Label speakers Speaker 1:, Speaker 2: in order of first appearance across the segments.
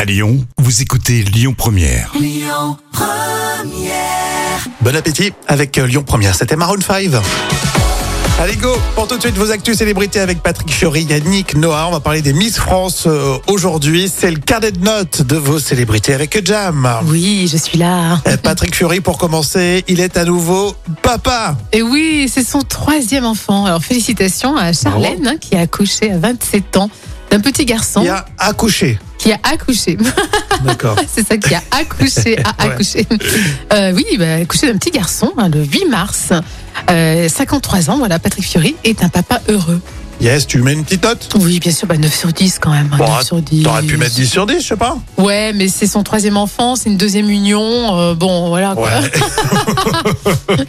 Speaker 1: À Lyon, vous écoutez Lyon Première.
Speaker 2: Bon appétit avec euh, Lyon Première. C'était Maroon 5. Allez go Pour tout de suite vos actus célébrités avec Patrick Fiori, Yannick, Noah. On va parler des Miss France euh, aujourd'hui. C'est le carnet de notes de vos célébrités avec Jam.
Speaker 3: Oui, je suis là.
Speaker 2: Euh, Patrick Fiori, pour commencer, il est à nouveau papa.
Speaker 3: Et oui, c'est son troisième enfant. Alors félicitations à Charlène hein, qui a accouché à 27 ans d'un petit garçon
Speaker 2: Il a accouché.
Speaker 3: qui a accouché.
Speaker 2: D'accord.
Speaker 3: c'est ça qui a accouché, a
Speaker 2: Ouais.
Speaker 3: accouché. Euh, oui, bah, accouché d'un petit garçon hein, le 8 mars. Euh, 53 ans, voilà, Patrick Fiori est un papa heureux.
Speaker 2: Yes, tu mets une petite note
Speaker 3: Oui, bien sûr, bah, 9 sur 10 quand même. hein,
Speaker 2: Bon,
Speaker 3: 9 sur 10.
Speaker 2: T'aurais pu mettre 10 sur 10, je sais pas.
Speaker 3: Ouais, mais c'est son troisième enfant, c'est une deuxième union. euh, bon, voilà, quoi.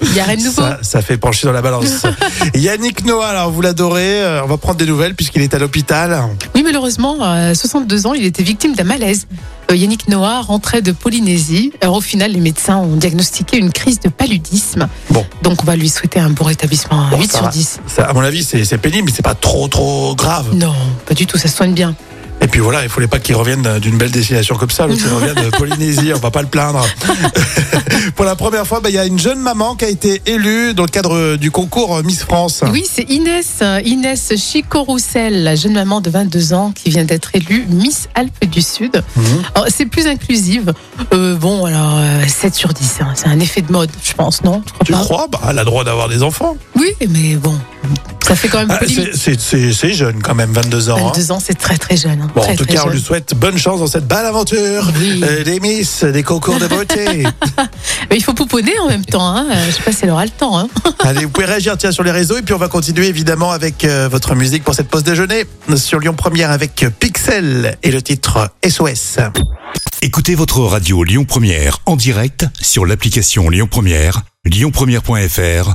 Speaker 3: il y a rien de nouveau.
Speaker 2: Ça, ça fait pencher dans la balance. Yannick Noah, alors vous l'adorez, euh, on va prendre des nouvelles puisqu'il est à l'hôpital.
Speaker 3: Oui, malheureusement, à 62 ans, il était victime d'un malaise. Euh, Yannick Noah rentrait de Polynésie. Alors, au final, les médecins ont diagnostiqué une crise de paludisme.
Speaker 2: Bon.
Speaker 3: Donc, on va lui souhaiter un bon rétablissement, un
Speaker 2: Bon,
Speaker 3: 8
Speaker 2: ça
Speaker 3: sur
Speaker 2: va.
Speaker 3: 10.
Speaker 2: Ça, à mon avis, c'est c'est pénible, mais c'est pas trop trop grave.
Speaker 3: Non, pas du tout, ça se soigne bien.
Speaker 2: Et puis voilà, il fallait pas qu'il revienne d'une belle destination comme ça, l'autre il revient de Polynésie, on va pas le plaindre. Pour la première fois, bah, il y a une jeune maman qui a été élue dans le cadre du concours Miss France.
Speaker 3: Oui, c'est Inès, euh, Inès Chico-Roussel, la jeune maman de 22 ans qui vient d'être élue Miss Alpes du Sud.
Speaker 2: Mhm.
Speaker 3: Alors, C'est plus inclusive. Euh, bon, alors, euh, 7 sur 10, hein, c'est un effet de mode, je pense, non Tu crois
Speaker 2: Tu
Speaker 3: pas
Speaker 2: crois bah, Elle a le droit d'avoir des enfants.
Speaker 3: Oui, mais bon, ça fait quand même
Speaker 2: Ah,
Speaker 3: polémique.
Speaker 2: c'est- c'est- C'est c'est jeune quand même, 22 ans. hein.
Speaker 3: 22 ans, c'est très très jeune. hein,
Speaker 2: Bon,
Speaker 3: très,
Speaker 2: en tout
Speaker 3: très
Speaker 2: cas, on
Speaker 3: jeune.
Speaker 2: lui souhaite bonne chance dans cette belle aventure.
Speaker 3: Oui.
Speaker 2: Euh, des Miss, des concours de beauté.
Speaker 3: Mais il faut pouponner en même temps. Hein. Euh, Je sais pas si elle aura le temps. Hein.
Speaker 2: Allez, vous pouvez réagir tiens, sur les réseaux et puis on va continuer évidemment avec euh, votre musique pour cette pause déjeuner sur Lyon Première avec Pixel et le titre SOS.
Speaker 1: Écoutez votre radio Lyon Première en direct sur l'application Lyon Première, lyonpremière.fr